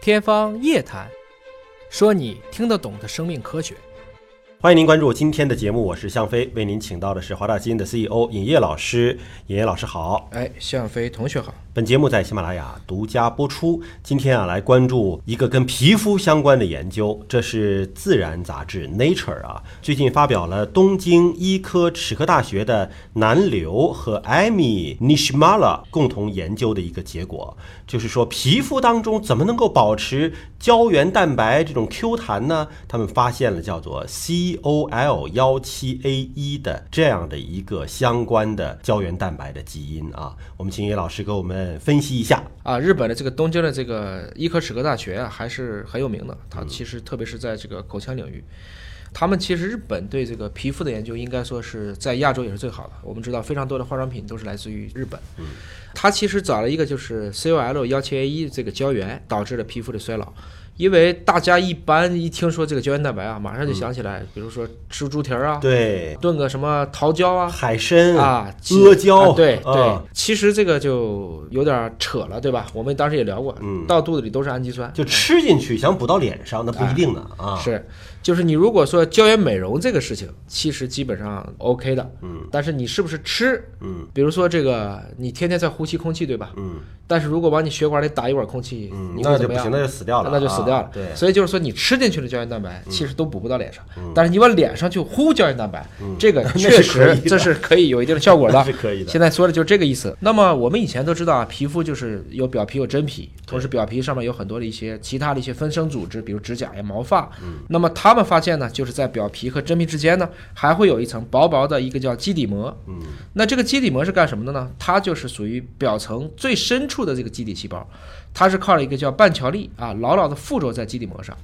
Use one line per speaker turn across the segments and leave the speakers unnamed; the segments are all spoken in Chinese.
天方夜谭，说你听得懂的生命科学。
欢迎您关注今天的节目，我是向飞，为您请到的是华大基因的 CEO 尹烨老师。尹烨老师好，
哎，向飞同学好。
本节目在喜马拉雅独家播出。今天啊，来关注一个跟皮肤相关的研究，这是《自然》杂志《Nature》啊，最近发表了东京医科齿科大学的南流和艾米尼什马拉共同研究的一个结果，就是说皮肤当中怎么能够保持胶原蛋白这种 Q 弹呢？他们发现了叫做 COL 幺七 A 一的这样的一个相关的胶原蛋白的基因啊。我们请叶老师给我们分析一下。
啊，日本的这个东京的这个医科齿科大学啊，还是很有名的。它其实特别是在这个口腔领域，他们其实日本对这个皮肤的研究，应该说是在亚洲也是最好的。我们知道非常多的化妆品都是来自于日本。嗯，它其实找了一个就是 COL 幺七 A 一这个胶原导致了皮肤的衰老。因为大家一般一听说这个胶原蛋白啊，马上就想起来，比如说吃猪蹄儿啊，
对，
炖个什么桃胶啊，
海参
啊，其
嗯阿胶，
啊对对
啊，
其实这个就有点扯了，对吧？我们当时也聊过，
嗯
到肚子里都是氨基酸，
就吃进去想补到脸上，那不一定的啊。
是，就是你如果说胶原美容这个事情，其实基本上 OK 的，
嗯
但是你是不是吃？
嗯
比如说这个，你天天在呼吸空气，对吧？
嗯
但是如果往你血管里打一管空气，
嗯，
你
那
会怎
就
么
不
样
行，？那就死掉了，
那就死掉了。
啊对，嗯
所以就是说你吃进去的胶原蛋白其实都补不到脸上，但是你往脸上去呼胶原蛋白，这个
嗯 那
确
是可
实
以的
这是可以有一定的效果
那
的
是。可以的。
现在说的就是这个意思。那么我们以前都知道啊，皮肤就是有表皮有真皮，同时表皮上面有很多的一些其他的一些分生组织，比如指甲呀、毛发。
嗯
那么他们发现呢，就是在表皮和真皮之间呢，还会有一层薄薄的一个叫基底膜。
嗯，
那这个基底膜是干什么的呢？它就是属于表层最深处的这个基底细胞，它是靠了一个叫半桥力啊，牢牢的附着在基底膜上。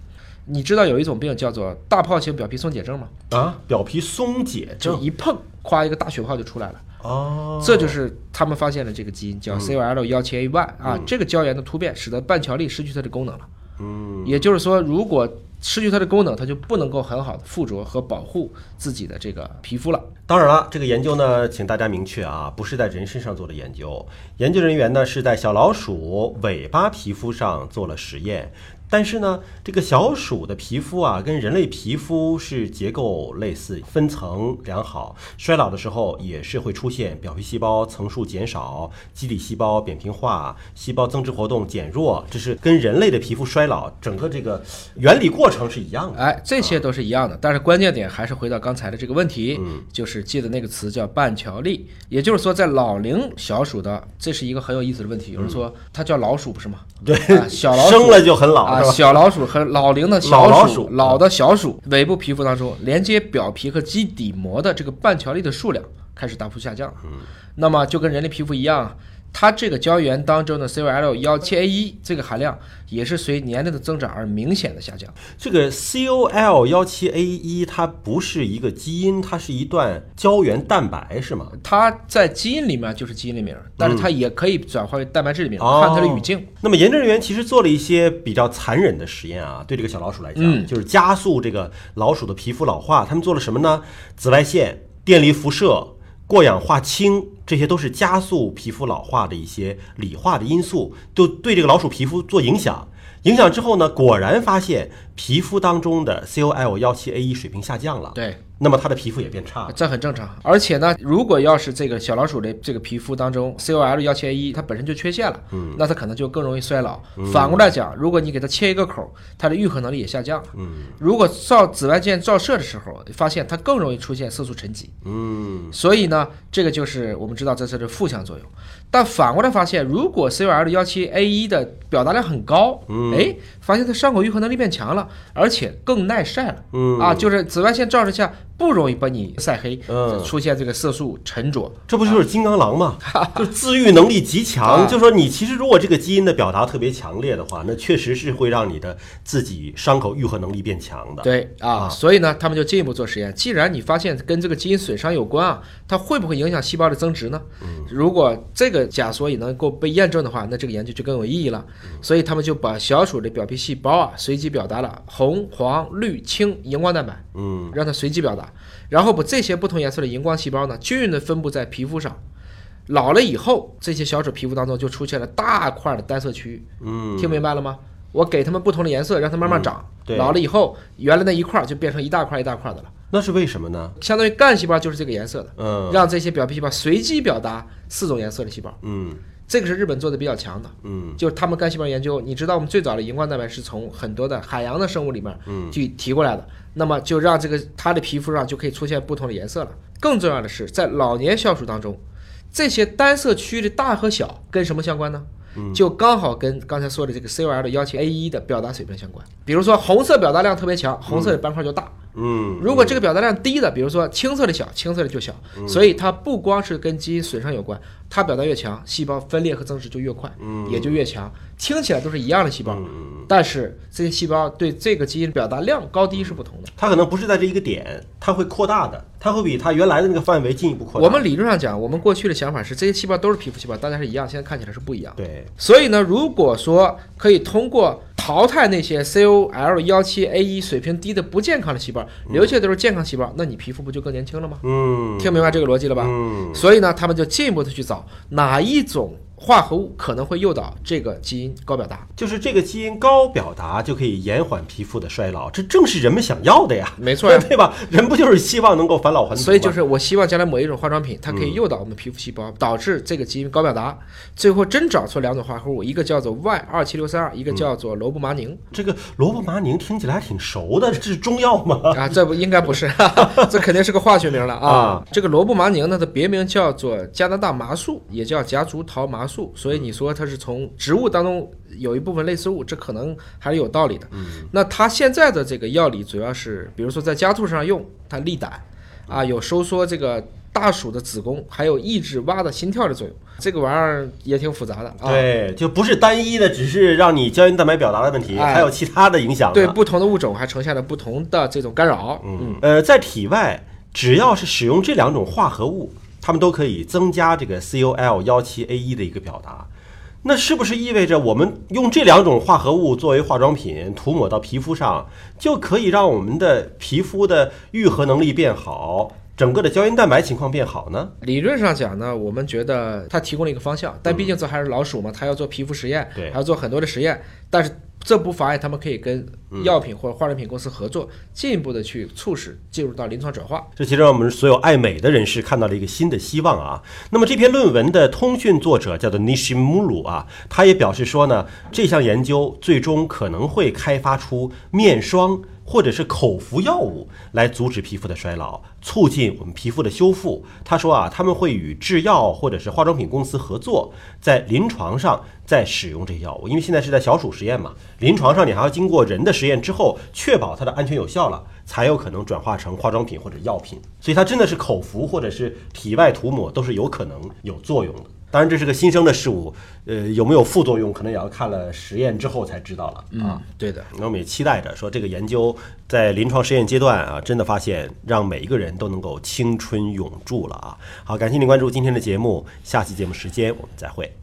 你知道有一种病叫做大疱型表皮松解症吗？
啊，表皮松解
就
症
一碰，夸一个大血泡就出来了。
哦，
这就是他们发现了这个基因
嗯
叫 COL 幺七 A 1啊，这个胶原的突变使得半桥力失去它的功能了。
嗯，
也就是说，如果失去它的功能，它就不能够很好的附着和保护自己的这个皮肤了。
当然了，这个研究呢，请大家明确啊，不是在人身上做的研究。研究人员呢是在小老鼠尾巴皮肤上做了实验，但是呢，这个小鼠的皮肤啊，跟人类皮肤是结构类似，分层良好，衰老的时候也是会出现表皮细胞层数减少、基底细胞扁平化、细胞增殖活动减弱，这是跟人类的皮肤衰老整个这个原理过程是一样的。
哎，这
啊
些都是一样的，但是关键点还是回到刚才的这个问题，
嗯
就是记得那个词叫半桥力，也就是说，在老龄小鼠的，这是一个很有意思的问题。有人说它叫老鼠不是吗？
对
啊，小老鼠
生了就很老，
啊，
是吧？
小老鼠和老龄的小
老老
鼠
鼠
老的小鼠尾部皮肤当中，连接表皮和基底膜的这个半桥力的数量开始大幅下降。嗯，那么就跟人类皮肤一样啊，它这个胶原当中的 COL 幺七 A 一这个含量也是随年龄的增长而明显的下降。
这个 COL 幺七 A 一，它不是一个基因，它是一段胶原蛋白，是吗？
它在基因里面就是基因里面，但是它也可以转化为蛋白质里面，
嗯哦
看它的语境。
那么研究人员其实做了一些比较残忍的实验啊，对这个小老鼠来讲，就是加速这个老鼠的皮肤老化。他们做了什么呢？紫外线、电离辐射、过氧化氢，这些都是加速皮肤老化的一些理化的因素，都对这个老鼠皮肤做影响。影响之后呢，果然发现皮肤当中的 COL 幺七 A 一水平下降了，
对，
那么它的皮肤也变差了。
呃这很正常。而且呢，如果要是这个小老鼠的这个皮肤当中 COL 幺七 A 一它本身就缺陷了，嗯，那它可能就更容易衰老。反过来讲，如果你给它切一个口，它的愈合能力也下降了。嗯，如果照紫外线照射的时候，发现它更容易出现色素沉积。
嗯。
所以呢，这个就是我们知道这是负向作用。但反过来发现，如果 COL 幺七 A 一的表达量很高，
嗯
哎、发现它伤口愈合能力变强了，而且更耐晒了，
嗯
啊，就是紫外线照射下不容易把你晒黑，
嗯
出现这个色素沉着。
这不就是金刚 狼吗？就是自愈能力极
啊
强。就说你其实如果这个基因的表达特别强烈的话，那确实是会让你的自己伤口愈合能力变强的。
对啊，所以呢，他们就进一步做实验。既然你发现跟这个基因损伤有关啊，它会不会影响细胞的增值呢？
嗯
如果这个假说也能够被验证的话，那这个研究就更有意义了。
嗯
所以他们就把小鼠的表皮细胞啊，随机表达了红、黄、绿、青、荧光蛋白，
嗯，
让它随机表达，然后把这些不同颜色的荧光细胞呢，均匀的分布在皮肤上。老了以后，这些小鼠皮肤当中就出现了大块的单色区域。
嗯，
听明白了吗？我给它们不同的颜色，让它慢慢长，
对
老了以后，原来那一块儿就变成一大块一大块的了，
那是为什么呢？
相当于干细胞就是这个颜色的，
嗯
让这些表皮细胞随机表达四种颜色的细胞，
嗯
这个是日本做的比较强的。
嗯
就是他们干细胞研究，你知道我们最早的荧光蛋白是从很多的海洋的生物里面
嗯
去提过来的，那么就让这个它的皮肤上就可以出现不同的颜色了。更重要的是，在老年消暑当中，这些单色区的大和小跟什么相关呢？
嗯
就刚好跟刚才说的这个 COL 的幺七 A 一的表达水平相关。比如说红色表达量特别强，红色的斑块就大；
嗯，
如果这个表达量低的，比如说青色的小，青色的就小，
嗯
所以它不光是跟基因损伤有关，它表达越强，细胞分裂和增殖就越快，
嗯
也就越强。听起来都是一样的细胞，但是这些细胞对这个基因表达量高低是不同的。
它可能不是在这一个点，它会扩大的，它会比它原来的那个范围进一步扩大。
我们理论上讲，我们过去的想法是这些细胞都是皮肤细胞，大家是一样，现在看起来是不一样。
对，
所以呢，如果说可以通过淘汰那些 COL 幺七 A 一水平低的不健康的细胞，留下的都是健康细胞，那你皮肤不就更年轻了吗？
嗯
听明白这个逻辑了吧？
嗯
所以呢，他们就进一步的去找哪一种化合物可能会诱导这个基因高表达。
就是这个基因高表达就可以延缓皮肤的衰老，这正是人们想要的呀，
没错呀
对吧？人不就是希望能够返老还童吗？
啊所以就是我希望将来某一种化妆品，它可以诱导我们皮肤细胞导致这个基因高表达。最后真找出两种化合物，一个叫做 Y 二七六三二，一个叫做罗布麻宁、
这个萝卜麻宁听起来还挺熟的，这是中药吗？
啊，这不应该不是，哈哈这肯定是个化学名了啊。
啊
这个罗布麻宁呢，它别名叫做加拿大麻素，也叫夹竹桃麻素，所以你说它是从植物当中有一部分类似物，这可能还是有道理的。
嗯
那它现在的这个药理主要是，比如说在家畜上用，它利胆啊，有收缩这个。大鼠的子宫，还有抑制蛙的心跳的作用，这个玩意儿也挺复杂的啊。
对，就不是单一的，只是让你胶原蛋白表达的问题，
哎
还有其他的影响呢。
对不同的物种还呈现了不同的这种干扰。嗯，
呃，在体外，只要是使用这两种化合物，它们都可以增加这个 COL 幺七 A 一的一个表达。那是不是意味着我们用这两种化合物作为化妆品涂抹到皮肤上，就可以让我们的皮肤的愈合能力变好，整个的胶原蛋白情况变好呢？
理论上讲呢，我们觉得它提供了一个方向，但毕竟这还是老鼠嘛，它要做皮肤实验，
对
还要做很多的实验，但是这不妨碍他们可以跟药品或者化妆品公司合作，进一步的去促使进入到临床转化。
这其实让我们所有爱美的人士看到了一个新的希望啊。那么这篇论文的通讯作者叫做 Nishimuru 啊，他也表示说呢，这项研究最终可能会开发出面霜或者是口服药物来阻止皮肤的衰老，促进我们皮肤的修复。他说啊，他们会与制药或者是化妆品公司合作，在临床上再使用这些药物，因为现在是在小鼠实验嘛，临床上你还要经过人的实验之后，确保它的安全有效了，才有可能转化成化妆品或者药品。所以它真的是口服或者是体外涂抹都是有可能有作用的。当然，这是个新生的事物，呃，有没有副作用，可能也要看了实验之后才知道了。
嗯，对的。
那我们也期待着说，这个研究在临床实验阶段啊，真的发现让每一个人都能够青春永驻了啊！好，感谢您关注今天的节目，下期节目时间我们再会。